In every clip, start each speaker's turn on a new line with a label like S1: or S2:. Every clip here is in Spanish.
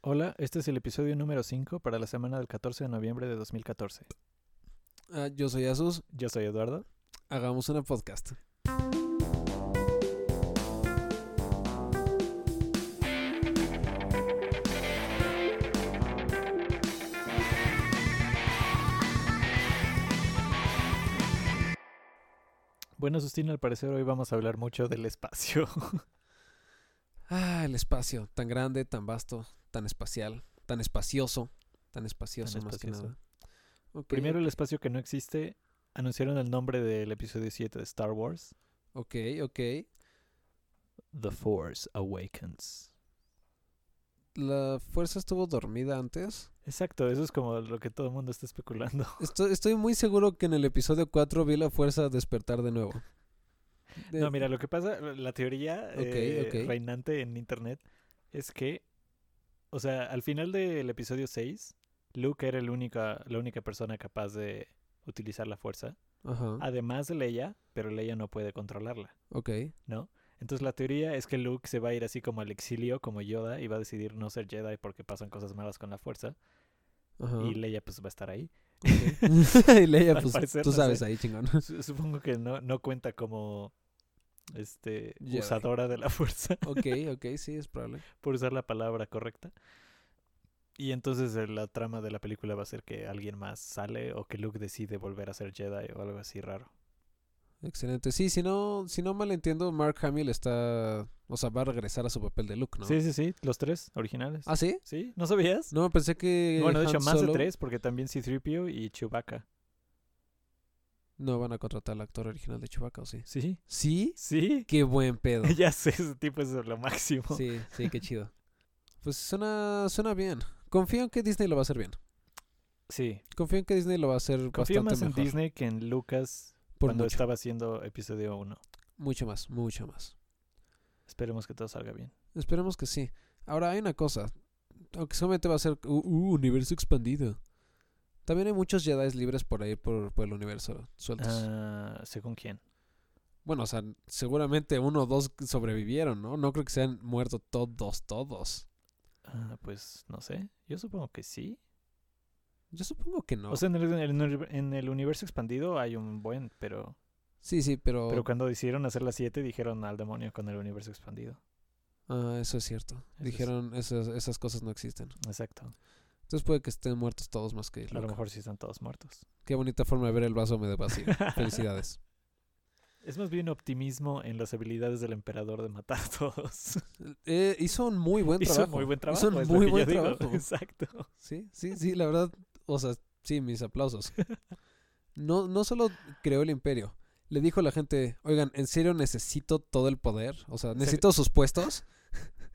S1: Hola, este es el episodio número 5 para la semana del 14 de noviembre de 2014.
S2: Ah, yo soy Asus,
S1: Yo soy Eduardo.
S2: hagamos una podcast.
S1: Bueno, Sustín, al parecer hoy vamos a hablar mucho del espacio.
S2: Ah, el espacio, tan grande, tan vasto, tan espacial, tan espacioso, tan espacioso
S1: Tan
S2: más
S1: espacioso.
S2: que nada. Ok,
S1: Primero el espacio que no existe. Anunciaron el nombre del episodio 7 de Star Wars.
S2: Ok, ok.
S1: The Force Awakens.
S2: La fuerza estuvo dormida antes.
S1: Exacto, eso es como lo que todo el mundo está especulando.
S2: Estoy, estoy muy seguro que en el episodio 4 vi la fuerza despertar de nuevo. De-
S1: No, mira, lo que pasa, la teoría
S2: Ok,
S1: eh,
S2: ok.
S1: reinante en internet es que, o sea, al final del episodio 6, Luke era el única, la única persona capaz de utilizar la fuerza,
S2: Ajá.
S1: además de Leia, pero Leia no puede controlarla,
S2: Ok.
S1: ¿no? Entonces la teoría es que Luke se va a ir así como al exilio, como Yoda, y va a decidir no ser Jedi porque pasan cosas malas con la fuerza,
S2: Ajá.
S1: y Leia pues va a estar ahí.
S2: Ok. y Leia,
S1: Al
S2: pues
S1: parecer,
S2: tú
S1: no
S2: sabes
S1: sé.
S2: ahí, chingón.
S1: Su- Supongo que no, no cuenta como este
S2: Jedi.
S1: usadora de la fuerza.
S2: Ok, ok, sí, es probable.
S1: por usar la palabra correcta. Y entonces eh, la trama de la película va a ser que alguien más sale o que Luke decide volver a ser Jedi o algo así raro.
S2: Excelente. Sí, si no, si no mal entiendo, Mark Hamill está. O sea, va a regresar a su papel de Luke, ¿no?
S1: Sí, sí, sí, los tres originales.
S2: ¿Ah, sí?
S1: ¿Sí? ¿No sabías?
S2: No, pensé que.
S1: bueno, de hecho,
S2: Han
S1: más de
S2: Solo-
S1: tres, porque también C-3PO y Chewbacca.
S2: No van a contratar al actor original de Chewbacca, ¿o sí?
S1: ¿Sí?
S2: ¿Sí?
S1: ¿Sí?
S2: Qué buen pedo.
S1: ya sé, ese tipo es lo máximo.
S2: Sí, sí, qué chido. Pues suena, suena bien. Confío en que Disney lo va a hacer bien.
S1: Sí.
S2: Confío en que Disney lo va a hacer
S1: Confío más
S2: bastante
S1: en
S2: mejor.
S1: Disney que en Lucas
S2: por
S1: cuando
S2: mucho,
S1: estaba haciendo episodio 1.
S2: mucho más, mucho más.
S1: Esperemos que todo salga bien.
S2: Esperemos que sí. Ahora hay una cosa. Aunque solamente va a ser uh, uh, universo expandido. También hay muchos Jedi libres por ahí, por, por el universo, sueltos.
S1: Ah, ¿Según quién?
S2: Bueno, o sea, seguramente uno o dos sobrevivieron, ¿no? No creo que se han muerto todos, todos.
S1: Ah, pues no sé. Yo supongo que sí.
S2: Yo supongo que no.
S1: O sea, en el, en el uni- en el universo expandido hay un buen, pero,
S2: sí, sí, pero...
S1: pero cuando decidieron hacer las 7 dijeron al demonio con el universo expandido.
S2: Ah, eso es cierto.
S1: es-
S2: Dijeron, esas, esas cosas no existen.
S1: Exacto.
S2: Entonces puede que estén muertos todos más que...
S1: A lo
S2: Luke.
S1: mejor sí están todos muertos.
S2: Qué bonita forma de ver el vaso medio vacío. Felicidades.
S1: Es más bien optimismo en las habilidades del emperador de matar a todos.
S2: Eh, hizo un muy buen
S1: Hizo
S2: trabajo.
S1: muy buen trabajo.
S2: Hizo un
S1: es lo que
S2: muy
S1: yo
S2: buen
S1: digo.
S2: trabajo.
S1: Exacto.
S2: Sí, sí, sí, la verdad, o sea, sí, mis aplausos. No, no solo creó el imperio, le dijo a la gente, oigan, ¿en serio necesito todo el poder? O sea, necesito sus puestos.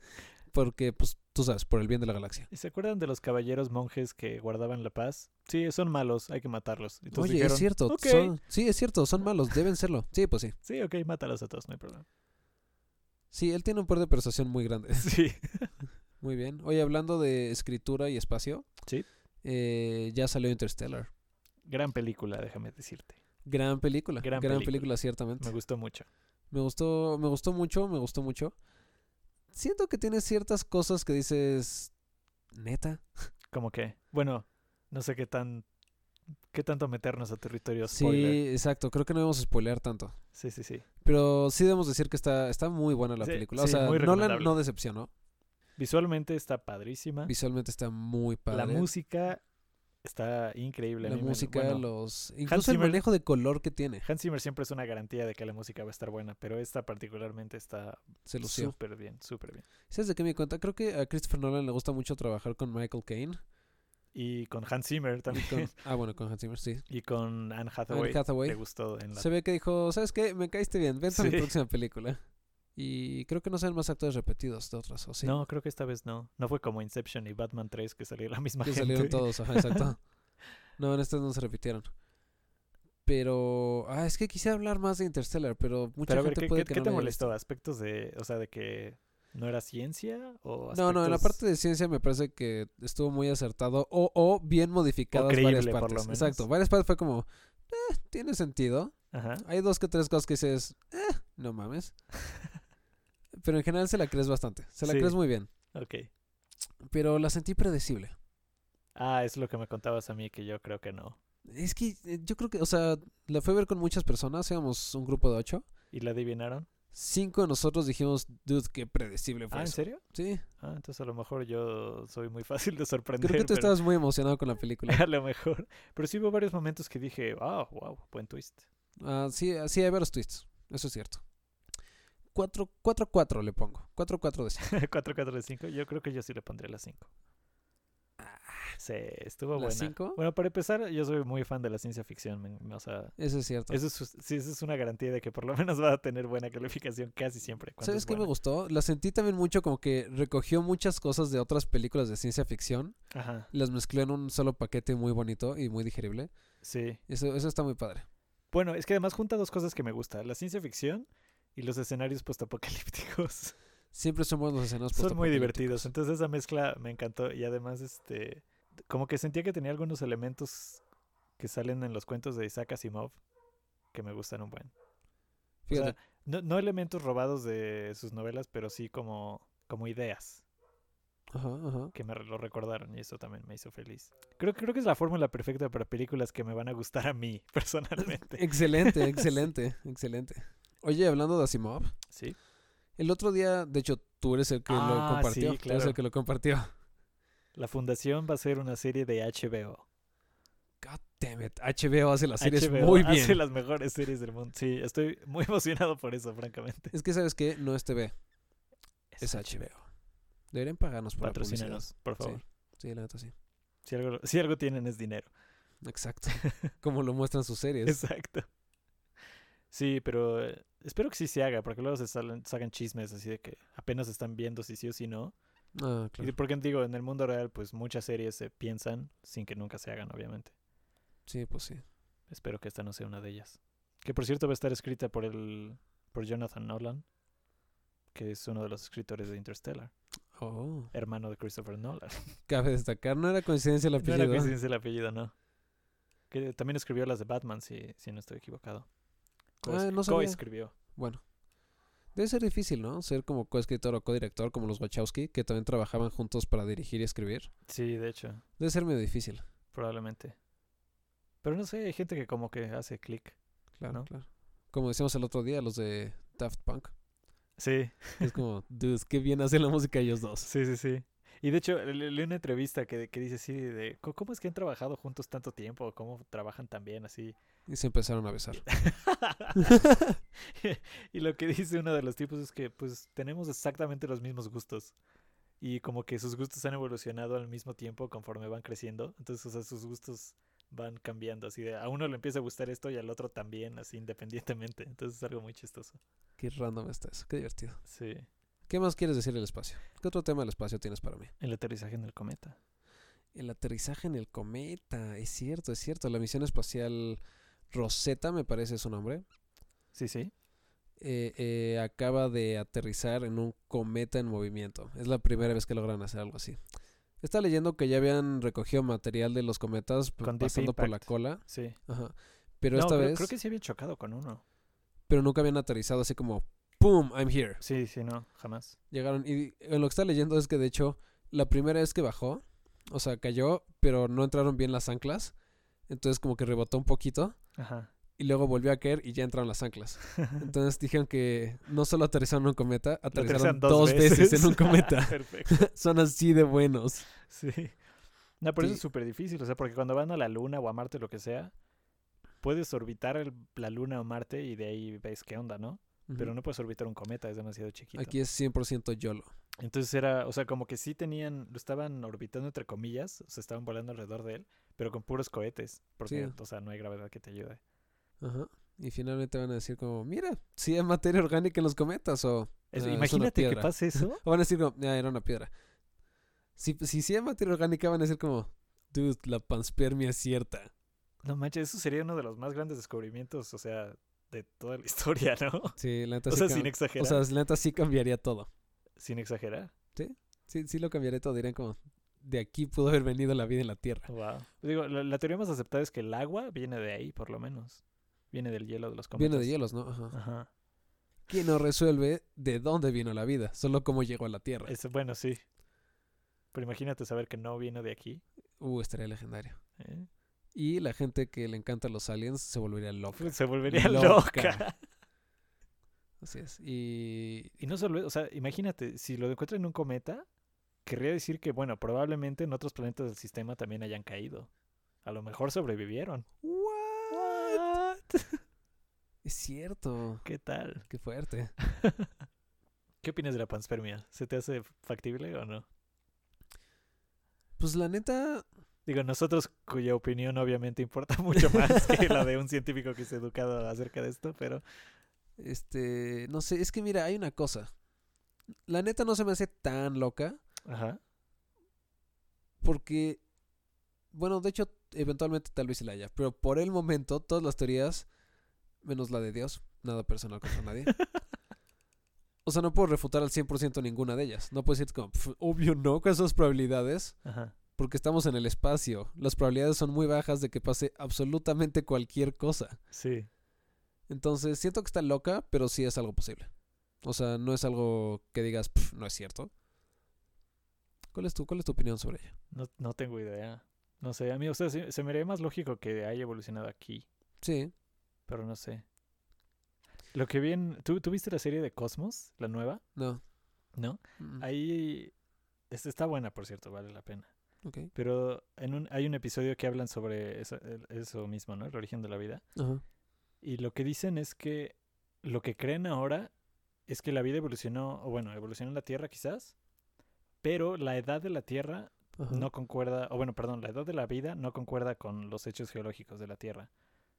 S2: Porque, pues, tú sabes, por el bien de la galaxia.
S1: ¿Y se acuerdan de los caballeros monjes que guardaban la paz? Sí, son malos, hay que matarlos. Entonces
S2: Oye,
S1: dijeron,
S2: es cierto,
S1: "Ok,
S2: son- sí, es cierto, son malos, deben serlo. Sí, pues sí.
S1: Sí, ok, mátalos a todos, no hay problema.
S2: Sí, él tiene un poder de persuasión muy grande.
S1: Sí.
S2: Muy bien. Oye, hablando de escritura y espacio,
S1: Sí.
S2: eh, ya salió Interstellar.
S1: Gran película, déjame decirte.
S2: Gran película,
S1: Gran
S2: gran,
S1: película.
S2: película. ciertamente.
S1: Me gustó mucho.
S2: Me gustó, me gustó mucho, me gustó mucho. Siento que tiene ciertas cosas que dices, neta.
S1: como que, bueno, no sé qué tan qué tanto meternos a territorio
S2: Sí,
S1: spoiler.
S2: exacto, creo que no debemos spoilear tanto.
S1: Sí, sí, sí.
S2: Pero sí debemos decir que está, está muy buena la
S1: Sí,
S2: película.
S1: sí,
S2: o sea,
S1: muy
S2: Nolan
S1: recomendable.
S2: no decepcionó.
S1: Visualmente está padrísima.
S2: Visualmente está muy padre.
S1: La música está increíble. a
S2: La
S1: mí me-
S2: música,
S1: bueno,
S2: los... Incluso el
S1: Zimmer-
S2: manejo de color que tiene.
S1: Hans Zimmer siempre es una garantía de que la música va a estar buena, pero esta particularmente está
S2: Se lució.
S1: súper bien, súper bien.
S2: ¿Sabes de qué me di cuenta? Creo que a Christopher Nolan le gusta mucho trabajar con Michael Caine.
S1: Y con Hans Zimmer
S2: y
S1: también.
S2: con- ah, bueno, con Hans Zimmer, sí.
S1: Y con Anne Hathaway.
S2: Anne Hathaway.
S1: Te gustó en la...
S2: Se ve que dijo, ¿sabes qué? Me caíste bien, vente a mi
S1: Sí.
S2: próxima película. Y creo que no sean más actores repetidos de otras, ¿o sí?
S1: No, creo que esta vez no. No fue como Inception y Batman 3 que salió la misma
S2: Que
S1: gente.
S2: salieron todos, ajá, exacto. no, en estas no se repitieron. Pero, ah, es que quisiera hablar más de Interstellar, pero mucha
S1: Pero a ver,
S2: gente
S1: ¿qué,
S2: puede
S1: qué-
S2: que
S1: qué
S2: no
S1: te
S2: la haya
S1: molestó? ¿Aspectos de, o sea, de que no era ciencia o
S2: visto. No, no, en la
S1: aspectos-
S2: parte de ciencia me parece que estuvo muy acertado o, o bien modificadas varias
S1: creíble, por lo
S2: partes.
S1: menos.
S2: Exacto, varias partes fue como, eh, tiene sentido.
S1: Ajá.
S2: Hay dos que tres cosas que dices, eh, no mames. Pero en general se la crees bastante, se la
S1: Sí.
S2: crees muy bien.
S1: Ok.
S2: pero la sentí predecible.
S1: Ah, es lo que me contabas a mí, que yo creo que no.
S2: Es que eh, yo creo que, o sea, la fui a ver con muchas personas, éramos un grupo de ocho.
S1: ¿Y la adivinaron?
S2: Cinco de nosotros dijimos, dude, qué predecible fue
S1: Ah, ¿en
S2: eso".
S1: serio?
S2: Sí,
S1: Ah, entonces a lo mejor yo soy muy fácil de sorprender.
S2: creo que tú
S1: pero-
S2: estabas muy emocionado con la película.
S1: A lo mejor. Pero sí hubo varios momentos que dije, ah, wow, buen twist.
S2: Ah, sí, sí, hay varios twists, eso es cierto. 4 cuatro, cuatro le pongo, 4 cuatro de cinco.
S1: 4, 4 de 5. Yo creo que yo sí le pondría la 5. Sí, estuvo
S2: Ah. ¿La
S1: buena.
S2: cinco?
S1: Bueno, para empezar, yo soy muy fan de la ciencia ficción. me- me- o sea,
S2: Eso es cierto.
S1: eso es, sí, eso es una garantía de que por lo menos va a tener buena calificación casi siempre. cuando
S2: ¿Sabes
S1: es
S2: qué me
S1: buena.
S2: gustó? La sentí también mucho como que recogió muchas cosas de otras películas de ciencia ficción,
S1: Ajá,
S2: las mezcló en un solo paquete muy bonito y muy digerible.
S1: sí.
S2: Eso, eso está muy padre.
S1: Bueno, es que además junta dos cosas que me gustan. La ciencia ficción y los escenarios postapocalípticos.
S2: Siempre son buenos los escenarios
S1: Son muy divertidos.
S2: postapocalípticos.
S1: Entonces esa mezcla me encantó. Y además, este, como que sentía que tenía algunos elementos que salen en los cuentos de Isaac Asimov que me gustan un buen. O sea,
S2: Fíjate,
S1: no, no elementos robados de sus novelas, pero sí como, como ideas
S2: ajá, ajá.
S1: que me re- lo recordaron y eso también me hizo feliz. Creo, creo que es la fórmula perfecta para películas que me van a gustar a mí personalmente.
S2: Excelente, excelente, excelente. Oye, hablando de Asimov,
S1: Sí.
S2: el otro día, de hecho, tú eres el que
S1: Ah,
S2: lo compartió.
S1: sí,
S2: tú eres
S1: claro.
S2: el que lo compartió.
S1: La fundación va a ser una serie de HBO.
S2: God damn it, HBO hace las series
S1: HBO
S2: muy bien.
S1: hace las mejores series del mundo. Sí, estoy muy emocionado por eso, francamente.
S2: Es que, ¿sabes qué? No es TV, es HBO. Deberían pagarnos por la publicidad.
S1: Patrocínanos, por favor.
S2: Sí, la neta sí.
S1: Si, algo, si algo tienen es dinero.
S2: Exacto. Como lo muestran sus series.
S1: Exacto. Sí, pero eh, espero que sí se haga, porque luego se salen, sacan chismes así de que apenas están viendo si sí o si no.
S2: Ah,
S1: Y
S2: claro.
S1: porque digo, en el mundo real, pues muchas series se piensan sin que nunca se hagan, obviamente.
S2: Sí, pues sí.
S1: Espero que esta no sea una de ellas. Que por cierto va a estar escrita por el por Jonathan Nolan, que es uno de los escritores de Interstellar,
S2: Oh.
S1: hermano de Christopher Nolan.
S2: Cabe destacar, no era coincidencia el
S1: No
S2: apellido.
S1: era coincidencia el apellido, no. Que también escribió las de Batman, si, si no estoy equivocado. Coes-
S2: Ah, no sabía.
S1: coescribió.
S2: Bueno. Debe ser difícil, ¿no? Ser como coescritor o codirector como los Wachowski, que también trabajaban juntos para dirigir y escribir.
S1: Sí, de hecho,
S2: Debe ser medio difícil.
S1: probablemente. Pero no sé, hay gente que como que hace clic.
S2: Claro,
S1: ¿No?
S2: claro. Como decíamos el otro día, los de Daft Punk.
S1: Sí,
S2: Es como, dude, qué bien hacen la música ellos dos.
S1: sí, sí, sí. Y de hecho, le- le- leí una entrevista que, que dice así de "Co- cómo es que han trabajado juntos tanto tiempo, cómo trabajan tan bien así.
S2: Y se empezaron a besar.
S1: y lo que dice uno de los tipos es que pues tenemos exactamente los mismos gustos. Y como que sus gustos han evolucionado al mismo tiempo conforme van creciendo. Entonces, o sea, sus gustos van cambiando. Así de a uno le empieza a gustar esto y al otro también, así independientemente. Entonces es algo muy chistoso.
S2: Qué random está eso. Qué divertido.
S1: Sí.
S2: ¿Qué más quieres decir del espacio? ¿Qué otro tema del espacio tienes para mí?
S1: El aterrizaje en el cometa.
S2: El aterrizaje en el cometa, es cierto, es cierto. La misión espacial Rosetta, me parece su nombre,
S1: Sí, sí.
S2: eh, eh, acaba de aterrizar en un cometa en movimiento. Es la primera vez que logran hacer algo así. Está leyendo que ya habían recogido material de los cometas p-
S1: Con Deep
S2: pasando por la
S1: Impact.
S2: cola,
S1: Sí.
S2: ajá, pero
S1: No,
S2: esta
S1: creo,
S2: vez,
S1: creo que sí había chocado con uno.
S2: pero nunca habían aterrizado así como ¡Pum! I'm here.
S1: Sí, sí, no, jamás.
S2: Llegaron y en lo que está leyendo es que de hecho la primera vez que bajó, o sea, cayó, pero no entraron bien las anclas, entonces como que rebotó un poquito.
S1: Ajá.
S2: y luego volvió a caer y ya entraron las anclas. Entonces dijeron que no solo aterrizaron en un cometa,
S1: Lo
S2: aterrizaron dos, veces. en un cometa.
S1: Perfecto.
S2: Son así de buenos.
S1: Sí. No, pero eso
S2: Sí.
S1: es súper difícil, o sea, porque cuando van a la Luna o a Marte, lo que sea, puedes orbitar el- la Luna o Marte y de ahí ves qué onda, ¿no? Pero
S2: Ujú.
S1: no puedes orbitar un cometa, es demasiado chiquito.
S2: Aquí es 100% YOLO.
S1: Entonces era, o sea, como que sí tenían, lo estaban orbitando entre comillas, o sea, estaban volando alrededor de él, pero con puros cohetes, porque,
S2: Sí. Ah,
S1: o sea, no hay gravedad que te ayude.
S2: Ajá. Y finalmente van a decir como, mira, sí hay materia orgánica en los cometas o...
S1: Es-
S2: Ah, es una
S1: imagínate que
S2: piedra.
S1: pase eso.
S2: o van a decir como, "Ah, era una piedra. Si, si sí hay materia orgánica van a decir como, dude, la panspermia es cierta.
S1: No manches, eso sería uno de los más grandes descubrimientos, o sea, de toda la historia, ¿no?
S2: Sí, la neta
S1: O
S2: sí
S1: sea,
S2: cam-
S1: sin
S2: o
S1: exagerar.
S2: sea, la neta sí cambiaría todo.
S1: sin exagerar.
S2: Sí, sí lo cambiaría todo. Dirían como, de aquí pudo haber venido la vida en la Tierra.
S1: Wow. Digo, la, la teoría más aceptada es que el agua viene de ahí, por lo menos. Viene del hielo de los cometas.
S2: Viene de hielos, ¿no? Ajá.
S1: Ajá.
S2: que no resuelve de dónde vino la vida, solo cómo llegó a la Tierra.
S1: Es, bueno, sí. Pero imagínate saber que no vino de aquí.
S2: Uh, estaría legendario.
S1: ¿eh?
S2: Y la gente que le encanta los aliens se volvería loca.
S1: Pues, Se volvería
S2: Loca.
S1: loca.
S2: Así es. Y
S1: Y no solo eso, o sea, imagínate, si lo encuentra en un cometa, querría decir que, bueno, probablemente en otros planetas del sistema también hayan caído. A lo mejor sobrevivieron. What?
S2: es cierto.
S1: ¿Qué tal?
S2: Qué fuerte.
S1: ¿Qué opinas de la panspermia? ¿Se te hace factible o no?
S2: Pues la neta,
S1: Digo, nosotros cuya opinión obviamente importa mucho más que la de un científico que es educado acerca de esto, pero
S2: este, no sé, es que mira, hay una cosa. La neta no se me hace tan loca
S1: ajá,
S2: porque, bueno, de hecho, eventualmente tal vez sí la haya, pero por el momento todas las teorías, menos la de Dios, nada personal contra nadie. O sea, no puedo refutar al 100% ninguna de ellas. No puedo decir como, "Pf, obvio no, con esas probabilidades.
S1: ajá.
S2: porque estamos en el espacio. Las probabilidades son muy bajas de que pase absolutamente cualquier cosa.
S1: Sí.
S2: Entonces, siento que está loca, pero sí es algo posible. O sea, no es algo que digas, "Pf, no es cierto. ¿Cuál es tu, cuál es tu opinión sobre ella?
S1: No, no tengo idea. No sé, a mí, o sea, se, se me haría más lógico que haya evolucionado aquí,
S2: Sí.
S1: pero no sé. Lo que vi en... ¿Tú, tú viste la serie de Cosmos, la nueva?
S2: No.
S1: ¿No?
S2: Mm,
S1: Ahí... esta está buena, por cierto, vale la pena.
S2: ok.
S1: Pero en un, hay un episodio que hablan sobre esa- el- eso mismo, ¿no? El origen de la vida.
S2: Ajá.
S1: Y lo que dicen es que lo que creen ahora es que la vida evolucionó, o bueno, evolucionó en la Tierra quizás, pero la edad de la Tierra
S2: Ajá.
S1: no concuerda, o bueno, perdón, la edad de la vida no concuerda con los hechos geológicos de la Tierra.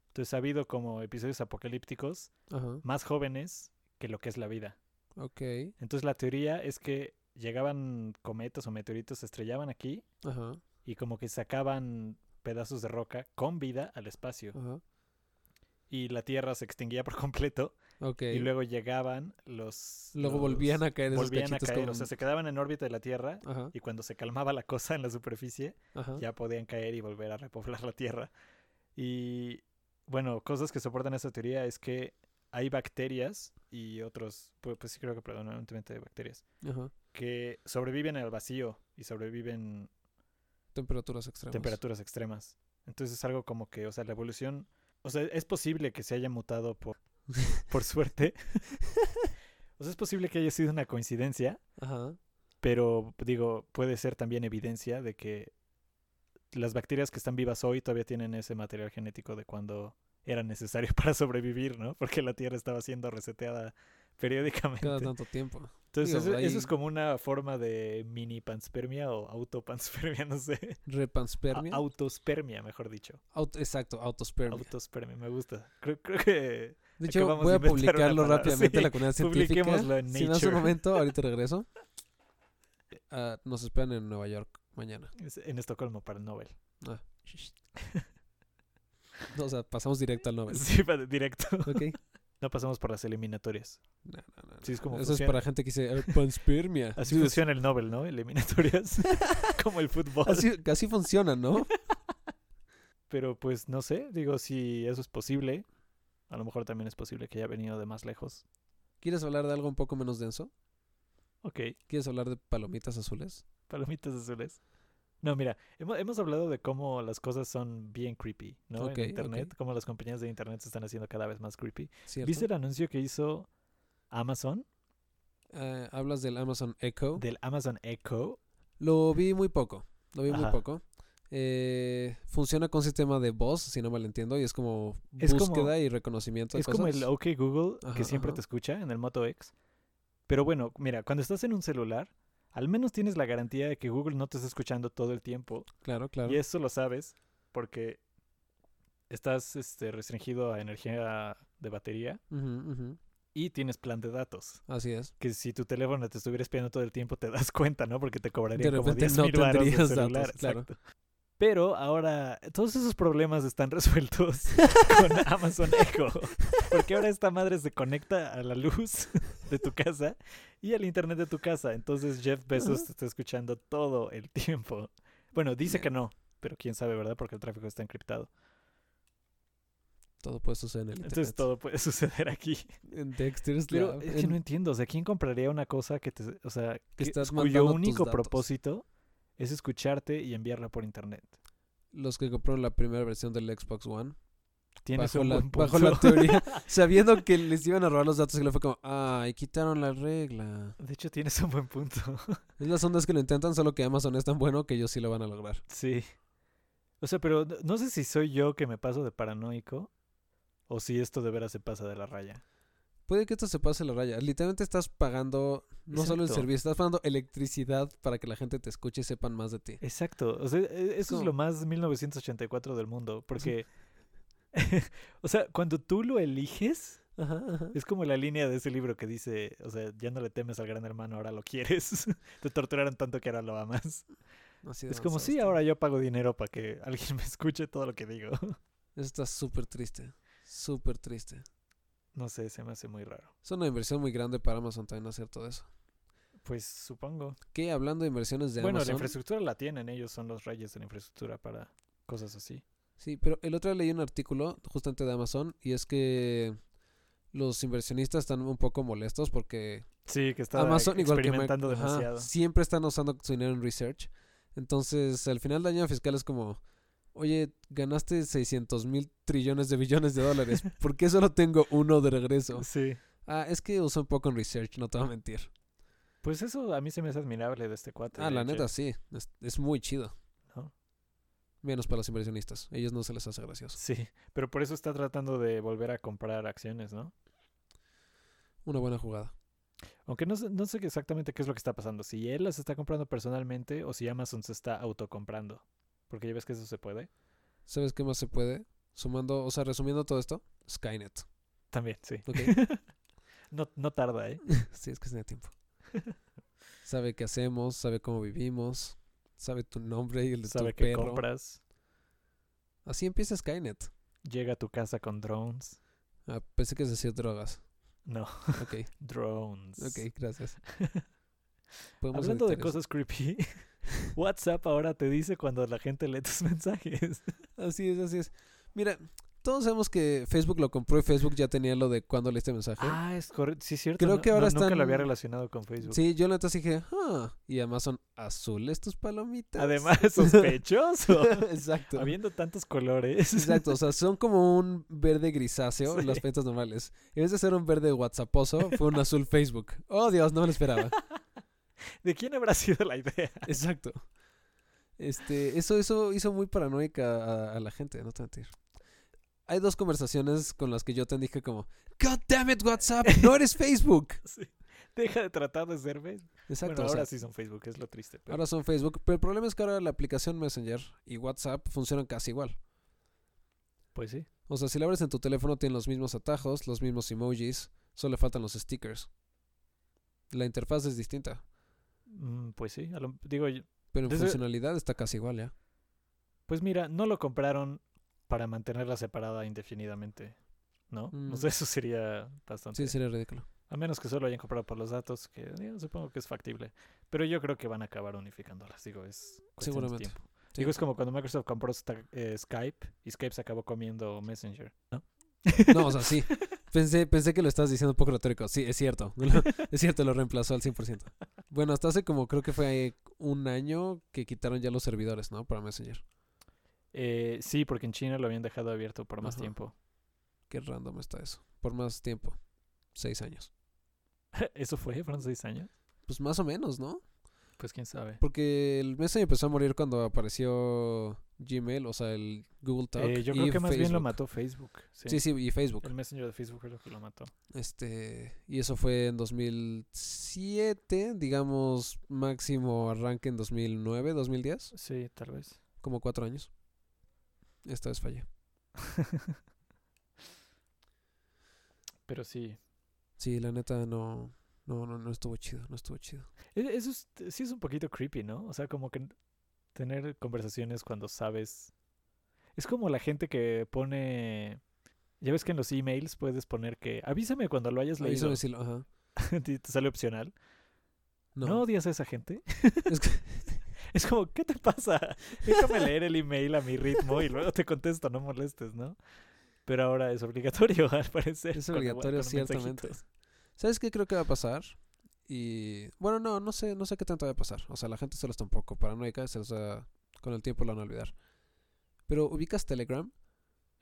S1: Entonces ha habido como episodios apocalípticos
S2: Ajá.
S1: más jóvenes que lo que es la vida.
S2: Ok.
S1: Entonces la teoría es que llegaban cometas o meteoritos, se estrellaban aquí
S2: Ajá.
S1: y como que sacaban pedazos de roca con vida al espacio.
S2: Ajá.
S1: Y la Tierra se extinguía por completo
S2: Ok.
S1: y luego llegaban los...
S2: Luego volvían a caer esos
S1: volvían a
S2: cachitos
S1: caer,
S2: como-
S1: o sea, se quedaban en órbita de la Tierra
S2: Ajá.
S1: y cuando se calmaba la cosa en la superficie
S2: Ajá.
S1: ya podían caer y volver a repoblar la Tierra. Y bueno, cosas que soportan esta teoría es que hay bacterias y otros, pu- pues, sí creo que predominantemente de bacterias,
S2: Ajá.
S1: que sobreviven al vacío y sobreviven
S2: Temperaturas extremas.
S1: temperaturas extremas. Entonces es algo como que, o sea, la evolución, o sea, es posible que se haya mutado por, por suerte. o sea, es posible que haya sido una coincidencia,
S2: Ajá.
S1: pero digo, puede ser también evidencia de que las bacterias que están vivas hoy todavía tienen ese material genético de cuando era necesario para sobrevivir, ¿no? Porque la Tierra estaba siendo reseteada periódicamente.
S2: Cada tanto tiempo.
S1: Entonces, eso,
S2: digo,
S1: eso es
S2: ahí-
S1: como una forma de mini panspermia o autopanspermia, no sé. A-
S2: Repanspermia.
S1: autospermia, mejor dicho.
S2: Aut- exacto, autospermia.
S1: Autospermia, me gusta. Creo, creo que
S2: De hecho,
S1: Acabamos
S2: voy
S1: de inventar una
S2: a publicarlo
S1: palabra.
S2: rápidamente en la
S1: Sí,
S2: comunidad científica.
S1: publiquémoslo en
S2: Si me das un
S1: Nature.
S2: momento, ahorita regreso. Ah, nos esperan en Nueva York mañana.
S1: es en Estocolmo para el Nobel.
S2: Ah. No, o sea, pasamos directo al Nobel.
S1: Sí, para directo.
S2: ¿Ok?
S1: No pasamos por las eliminatorias.
S2: No, no, no, no.
S1: Sí, es como
S2: Eso es
S1: funciona.
S2: para gente que dice "Eh, panspermia.
S1: Así
S2: Dude,
S1: funciona el Nobel, ¿no? Eliminatorias. Como el fútbol.
S2: Así, así funciona, ¿no?
S1: Pero pues no sé, digo, si eso es posible, a lo mejor también es posible que haya venido de más lejos.
S2: ¿Quieres hablar de algo un poco menos denso?
S1: Ok,
S2: ¿Quieres hablar de palomitas azules?
S1: palomitas azules. No, mira, hemos, hemos hablado de cómo las cosas son bien creepy, ¿no?
S2: Ok,
S1: en Internet, cómo las compañías de Internet se están haciendo cada vez más creepy.
S2: ¿Cierto?
S1: ¿Viste el anuncio que hizo Amazon
S2: Eh, hablas del Amazon Echo.
S1: del Amazon Echo?
S2: Lo vi muy poco. Lo vi muy
S1: Ajá.
S2: poco. Eh, funciona con sistema de voz, si no mal entiendo, y es como
S1: Es como-
S2: búsqueda y reconocimiento de
S1: Es como el
S2: cosas.
S1: OK Google
S2: Ajá,
S1: que siempre
S2: ajá.
S1: te escucha en el Moto X. Pero bueno, mira, cuando estás en un celular, al menos tienes la garantía de que Google no te está escuchando todo el tiempo.
S2: Claro, claro.
S1: Y eso lo sabes porque estás este, restringido a energía de batería
S2: Ujú, ujú.
S1: y tienes plan de datos.
S2: Así es.
S1: Que si tu teléfono te estuviera espiando todo el tiempo, te das cuenta, ¿no? Porque te cobraría
S2: De
S1: como
S2: repente
S1: 10
S2: no
S1: mil varos de
S2: tendrías
S1: celular.
S2: datos, claro.
S1: exacto. Pero ahora todos esos problemas están resueltos con Amazon Echo. Porque ahora esta madre se conecta a la luz de tu casa y al internet de tu casa. Entonces Jeff Bezos
S2: Ajá.
S1: te está escuchando todo el tiempo. Bueno, dice que no, pero quién sabe, ¿verdad? Porque el tráfico está encriptado.
S2: Todo puede suceder en el internet.
S1: Entonces todo puede suceder aquí.
S2: En Dexter's
S1: Pero
S2: Lab,
S1: es que
S2: en-
S1: no entiendo, o sea, ¿quién compraría una cosa que te, o sea, que-
S2: estás mandando
S1: cuyo
S2: tus
S1: único
S2: datos.
S1: propósito es escucharte y enviarla por internet.
S2: Los que compraron la primera versión del Xbox One,
S1: Tienes
S2: bajo
S1: un
S2: la,
S1: buen
S2: bajo
S1: punto.
S2: la teoría, sabiendo que les iban a robar los datos, que le fue como, ay, quitaron la regla.
S1: De hecho, tienes un buen punto.
S2: Es las ondas que lo intentan, solo que Amazon es tan bueno que ellos sí lo van a lograr.
S1: Sí. O sea, pero no- no sé si soy yo que me paso de paranoico o si esto de veras se pasa de la raya.
S2: Puede que esto se pase la raya. Literalmente estás pagando no solo el
S1: Exacto.
S2: servicio, estás pagando electricidad para que la gente te escuche y sepan más de ti.
S1: Exacto. O sea, e- eso es
S2: Como-
S1: lo más 1984 del mundo. Porque, o sea, cuando tú lo eliges,
S2: Ajá, ajá.
S1: es como la línea de ese libro que dice, o sea, ya no le temes al gran hermano, ahora lo quieres. Te torturaron tanto que ahora lo amas.
S2: Así de
S1: Es como,
S2: avanzado
S1: sí,
S2: está.
S1: ahora yo pago dinero para que alguien me escuche todo lo que digo.
S2: Eso está súper triste. Súper triste.
S1: No sé, se me hace muy raro.
S2: Es una inversión muy grande para Amazon también hacer todo eso.
S1: Pues supongo.
S2: Que hablando de inversiones de
S1: Bueno, la
S2: Amazon.
S1: infraestructura la tienen, ellos son los reyes de la infraestructura para cosas así.
S2: Sí, pero el otro día leí un artículo justamente de Amazon y es que los inversionistas están un poco molestos porque
S1: Sí, que está
S2: Amazon igual que Mac-
S1: experimentando
S2: ajá,
S1: demasiado.
S2: siempre están usando su dinero en research. Entonces, al final del año fiscal es como, oye, ganaste 600 mil trillones de billones de dólares. ¿Por qué solo tengo uno de regreso?
S1: Sí.
S2: Ah, es que usé un poco en research, no te voy a mentir.
S1: Pues eso a mí se me hace admirable de este cuate.
S2: Ah,
S1: de
S2: la
S1: hecho.
S2: neta, sí. Es, es muy chido.
S1: Ajá.
S2: Menos para los inversionistas. Ellos no se les hace gracioso.
S1: Sí, pero por eso está tratando de volver a comprar acciones, ¿no?
S2: Una buena jugada.
S1: Aunque no sé, no sé exactamente qué es lo que está pasando. Si él las está comprando personalmente o si Amazon se está autocomprando. Porque ya ves que eso se puede.
S2: ¿Sabes qué más se puede? Sumando, o sea, resumiendo todo esto, Skynet.
S1: También, sí.
S2: ¿ok?
S1: No, no tarda, ¿eh?
S2: sí, es que se da tiempo. Sabe qué hacemos, sabe cómo vivimos, sabe tu nombre y el de
S1: Sabe
S2: tu
S1: que
S2: perro.
S1: compras.
S2: Así empieza Skynet.
S1: Llega a tu casa con drones.
S2: Ah, pensé que se decía drogas.
S1: No,
S2: Ok,
S1: drones.
S2: ok, gracias. Podemos
S1: Hablando de
S2: editar eso.
S1: cosas creepy, WhatsApp ahora te dice cuando la gente lee tus mensajes.
S2: Así es, así es. Mira, todos sabemos que Facebook lo compró y Facebook ya tenía lo de cuando leíste mensaje.
S1: Ah, es correcto. Sí, es cierto.
S2: Creo
S1: no-
S2: que ahora
S1: no- Nunca lo había
S2: están-
S1: relacionado con Facebook.
S2: Sí, yo la neta sí dije, ah, y Amazon, azules tus palomitas.
S1: Además, sospechoso.
S2: exacto.
S1: Habiendo tantos colores.
S2: Exacto, o sea, son como un verde grisáceo
S1: Sí.
S2: las pintas normales. En vez de ser un verde WhatsApposo, fue un azul Facebook. Oh, Dios, no me lo esperaba.
S1: ¿De quién habrá sido la idea?
S2: Exacto. Este, eso, eso hizo muy paranoica a, a la gente, no te voy a mentir. Hay dos conversaciones con las que yo te dije como, God damn it, WhatsApp, no eres Facebook.
S1: Sí. Deja de tratar de ser Facebook.
S2: Exacto.
S1: bueno,
S2: o sea,
S1: ahora sí son Facebook, es lo triste. pero-
S2: Ahora son Facebook, pero el problema es que ahora la aplicación Messenger y WhatsApp funcionan casi igual.
S1: Pues sí.
S2: O sea, si la abres en tu teléfono tienen los mismos atajos, los mismos emojis, solo le faltan los stickers. La interfaz es distinta,
S1: Mm, pues sí. a lo- digo, yo-
S2: pero en
S1: Desde-
S2: funcionalidad está casi igual ya.
S1: pues mira, no lo compraron para mantenerla separada indefinidamente. ¿No?
S2: Mm.
S1: O sea, eso sería bastante.
S2: Sí, sería ridículo.
S1: A menos que solo hayan comprado por los datos, que digo, supongo que es factible. Pero yo creo que van a acabar unificándolas, digo, es cuestión
S2: Seguramente.
S1: de tiempo.
S2: Sí.
S1: Digo, es como cuando Microsoft compró sta- eh, Skype y Skype se acabó comiendo Messenger, ¿no?
S2: No, o sea, sí. Pensé, pensé que lo estás diciendo un poco retórico. Sí, es cierto. es cierto, lo reemplazó al 100%. Bueno, hasta hace como creo que fue un año que quitaron ya los servidores, ¿no? Para Messenger.
S1: Eh, sí, porque en China lo habían dejado abierto por más
S2: Ajá.
S1: tiempo.
S2: Qué random está eso. Por más tiempo. Seis años.
S1: ¿Eso fue? ¿Fueron seis años?
S2: Pues más o menos, ¿no?
S1: Pues quién sabe.
S2: Porque el Messenger empezó a morir cuando apareció Gmail, o sea, el Google Talk.
S1: Eh, yo
S2: y
S1: creo que más bien lo
S2: Facebook.
S1: mató Facebook. Sí.
S2: Sí, sí, y Facebook.
S1: El Messenger de Facebook fue lo que lo mató.
S2: Este, y eso fue en 2007, digamos, máximo arranque en 2009, 2010,
S1: Sí, tal vez.
S2: como cuatro años. Esta vez fallé.
S1: Pero sí.
S2: Sí, la neta no, no, no, no estuvo chido, no estuvo chido.
S1: E- Eso es- sí es un poquito creepy, ¿no? O sea, como que tener conversaciones cuando sabes. Es como la gente que pone. Ya ves que en los emails puedes poner que avísame cuando lo hayas
S2: Ahí se
S1: leído.
S2: me decía, ajá.
S1: Y te sale opcional.
S2: No,
S1: No. odias a esa gente?
S2: es que-
S1: Es como, ¿qué te pasa? Déjame leer el email a mi ritmo y luego te contesto, no molestes, ¿no? Pero ahora es obligatorio, al parecer.
S2: Es
S1: con-
S2: obligatorio,
S1: con
S2: ciertamente.
S1: mensajitos.
S2: ¿Sabes qué creo que va a pasar? y bueno, no, no sé, no sé qué tanto va a pasar. O sea, la gente se los está un poco paranoica, se los va- con el tiempo lo van a olvidar. Pero ubicas Telegram?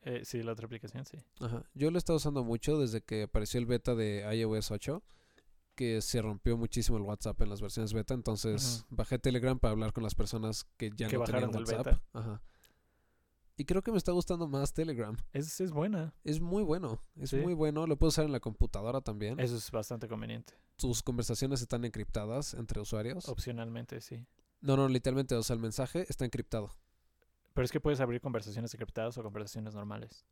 S1: Eh, sí, la otra aplicación, sí.
S2: Ajá. Yo lo he estado usando mucho desde que apareció el beta de iOS 8, que se rompió muchísimo el WhatsApp en las versiones beta, entonces bajé Telegram para hablar con las personas que ya
S1: Que
S2: no
S1: bajaron
S2: tenían
S1: del
S2: WhatsApp.
S1: beta.
S2: Ajá. Y creo que me está gustando más Telegram.
S1: Es, es buena.
S2: Es muy bueno, es
S1: Sí.
S2: muy bueno. Lo puedo usar en la computadora también.
S1: Eso es bastante conveniente.
S2: Tus conversaciones están encriptadas entre usuarios.
S1: Opcionalmente, sí.
S2: No, no, literalmente, o sea, el mensaje está encriptado.
S1: Pero es que puedes abrir conversaciones encriptadas o conversaciones normales.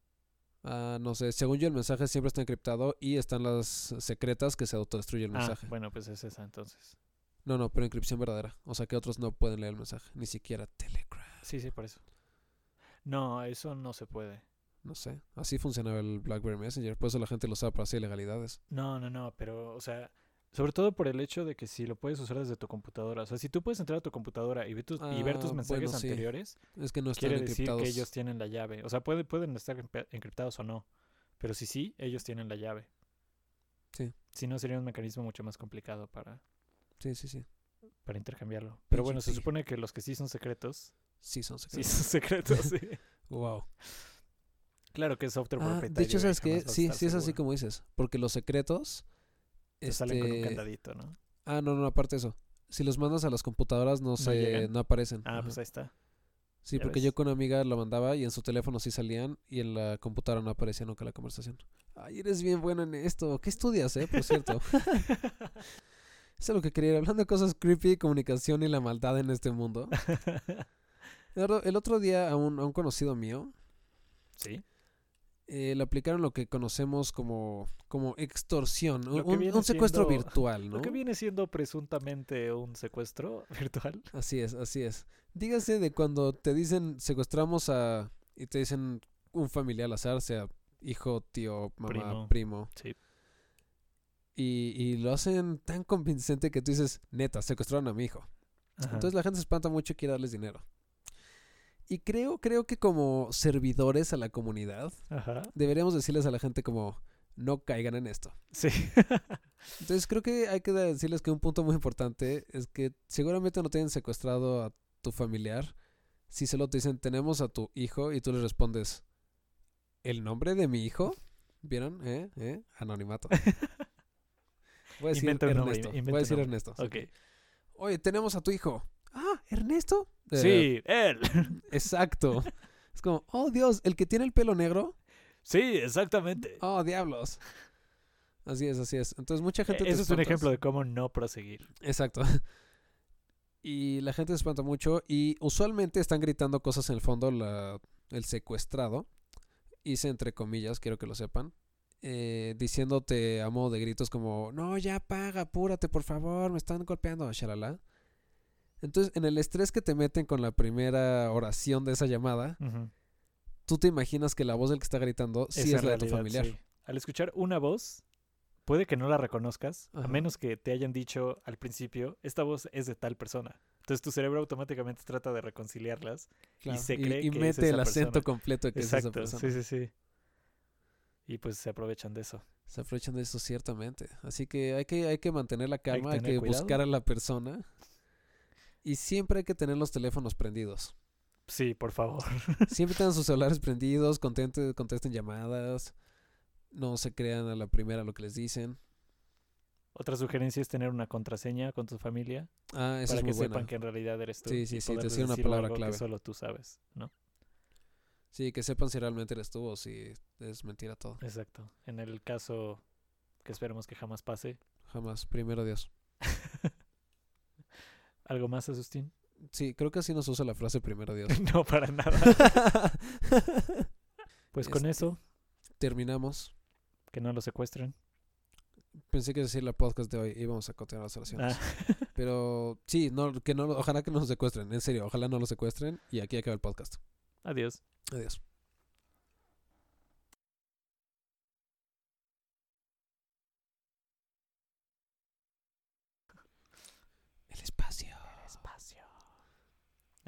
S2: Ah, no sé, según yo el mensaje siempre está encriptado y están las secretas que se autodestruye el
S1: Ah,
S2: mensaje.
S1: bueno, pues es esa entonces.
S2: No, no, pero encripción verdadera. O sea que otros no pueden leer el mensaje. Ni siquiera Telegram.
S1: Sí, sí, por eso. No, eso no se puede.
S2: No sé. Así funcionaba el BlackBerry Messenger. Por eso la gente lo sabe para hacer ilegalidades.
S1: No, no, no, pero, o sea, sobre todo por el hecho de que si lo puedes usar desde tu computadora, o sea, si tú puedes entrar a tu computadora y ver tus, y ver tus
S2: Ah,
S1: mensajes
S2: bueno, sí.
S1: anteriores,
S2: Es que no están
S1: quiere decir
S2: encriptados.
S1: que ellos tienen la llave. O sea, puede, pueden estar enpe- encriptados o no, pero si sí, ellos tienen la llave.
S2: Sí.
S1: Si no, sería un mecanismo mucho más complicado para,
S2: Sí, sí, sí.
S1: para intercambiarlo. Pero bueno, se
S2: PGP.
S1: supone que los que sí son secretos,
S2: Sí, son
S1: sí
S2: secretos.
S1: son secretos, sí.
S2: Wow.
S1: Claro que es software
S2: Ah,
S1: propietario.
S2: de hecho,
S1: y
S2: ¿sabes qué?
S1: jamás vas a
S2: Sí,
S1: estar
S2: sí es así
S1: seguro.
S2: como dices. Porque los secretos.
S1: Te salen con un
S2: este,
S1: candadito, ¿no?
S2: Ah, no, no, aparte de eso. Si los mandas a las computadoras no, se
S1: llegan?
S2: no aparecen.
S1: Ah,
S2: Ajá.
S1: pues ahí está.
S2: sí,
S1: ya
S2: porque
S1: ves.
S2: yo con una amiga lo mandaba y en su teléfono sí salían y en la computadora no aparecía nunca la conversación. Ay, eres bien bueno en esto. ¿Qué estudias, eh? Por cierto. Eso es lo que quería ir hablando de cosas creepy, comunicación y la maldad en este mundo. El otro- El otro día a un, a un conocido mío
S1: sí.
S2: eh, le aplicaron lo que conocemos como, como extorsión, un,
S1: Lo que
S2: un-
S1: viene
S2: un secuestro
S1: siendo-
S2: virtual, ¿no?
S1: Lo que viene siendo presuntamente un secuestro virtual.
S2: Así es, así es. Dígase de cuando te dicen secuestramos a... y te dicen un familiar al azar, sea hijo, tío, mamá, primo.
S1: Primo. Sí.
S2: Y, y lo hacen tan convincente que tú dices, neta, secuestraron a mi hijo. Entonces la gente se espanta mucho y quiere darles dinero. Y creo, creo que como servidores a la comunidad,
S1: Ajá.
S2: deberíamos decirles a la gente como, no caigan en esto.
S1: Sí.
S2: Entonces creo que hay que decirles que un punto muy importante es que seguramente no tienen secuestrado a tu familiar. Si solo te dicen, tenemos a tu hijo, y tú le respondes, ¿el nombre de mi hijo? ¿Vieron? ¿Eh? ¿Eh? Anonimato. Voy a decir
S1: Inventa un nombre,
S2: Ernesto.
S1: inventa
S2: Voy a
S1: un
S2: decir
S1: nombre.
S2: Ernesto. sí.
S1: ok.
S2: Oye, tenemos a tu hijo. Ah, Ernesto. Eh,
S1: Sí, él.
S2: Exacto. Es como, oh Dios, el que tiene el pelo negro.
S1: Sí, exactamente.
S2: Oh, diablos. Así es, así es. Entonces mucha gente... te
S1: Ese es un
S2: espantas.
S1: ejemplo de cómo no proseguir.
S2: Exacto. Y la gente se espanta mucho y usualmente están gritando cosas en el fondo la- el secuestrado. Hice entre comillas, quiero que lo sepan. eh, diciéndote a modo de gritos como, no, ya paga, apúrate, por favor, me están golpeando, shalala. Entonces, en el estrés que te meten con la primera oración de esa llamada,
S1: Ujú.
S2: tú te imaginas que la voz del que está gritando sí
S1: Esa
S2: es la de tu
S1: realidad,
S2: familiar.
S1: sí. Al escuchar una voz, puede que no la reconozcas,
S2: Ajá.
S1: a menos que te hayan dicho al principio, esta voz es de tal persona. Entonces tu cerebro automáticamente trata de reconciliarlas.
S2: Claro,
S1: se cree que es
S2: mete el
S1: esa
S2: acento
S1: persona.
S2: completo de que es esa
S1: Exacto,
S2: persona.
S1: sí, sí, sí. Y pues se aprovechan de eso.
S2: Se aprovechan de eso ciertamente. Así que hay que, hay que mantener la calma, hay que,
S1: tener cuidado.
S2: buscar a la persona. Y siempre hay que tener los teléfonos prendidos.
S1: Sí, por favor.
S2: Siempre tengan sus celulares prendidos, contente- contesten llamadas. No se crean a la primera lo que les dicen.
S1: Otra sugerencia es tener una contraseña con tu familia
S2: Ah, eso
S1: para
S2: es muy
S1: que
S2: bueno.
S1: sepan que en realidad eres tú.
S2: Sí,
S1: y
S2: sí, sí,
S1: poderles
S2: decir una
S1: decirle
S2: palabra
S1: algo que
S2: clave.
S1: solo tú sabes, ¿no?
S2: Sí, que sepan si realmente eres tú o si es mentira todo.
S1: Exacto. En el caso que esperemos que jamás pase.
S2: Jamás. Primero Dios.
S1: ¿Algo más, Asustín?
S2: Sí, creo que así nos usa la frase primero Dios.
S1: no, para nada. Pues con
S2: Este-
S1: eso,
S2: Terminamos.
S1: que no lo secuestren.
S2: Pensé que iba a decir la podcast de hoy íbamos a continuar las oraciones.
S1: Ah,
S2: Pero sí, no, que no, lo- ojalá que no nos secuestren, en serio, ojalá no lo secuestren. Y aquí acaba el podcast.
S1: adiós.
S2: Adiós.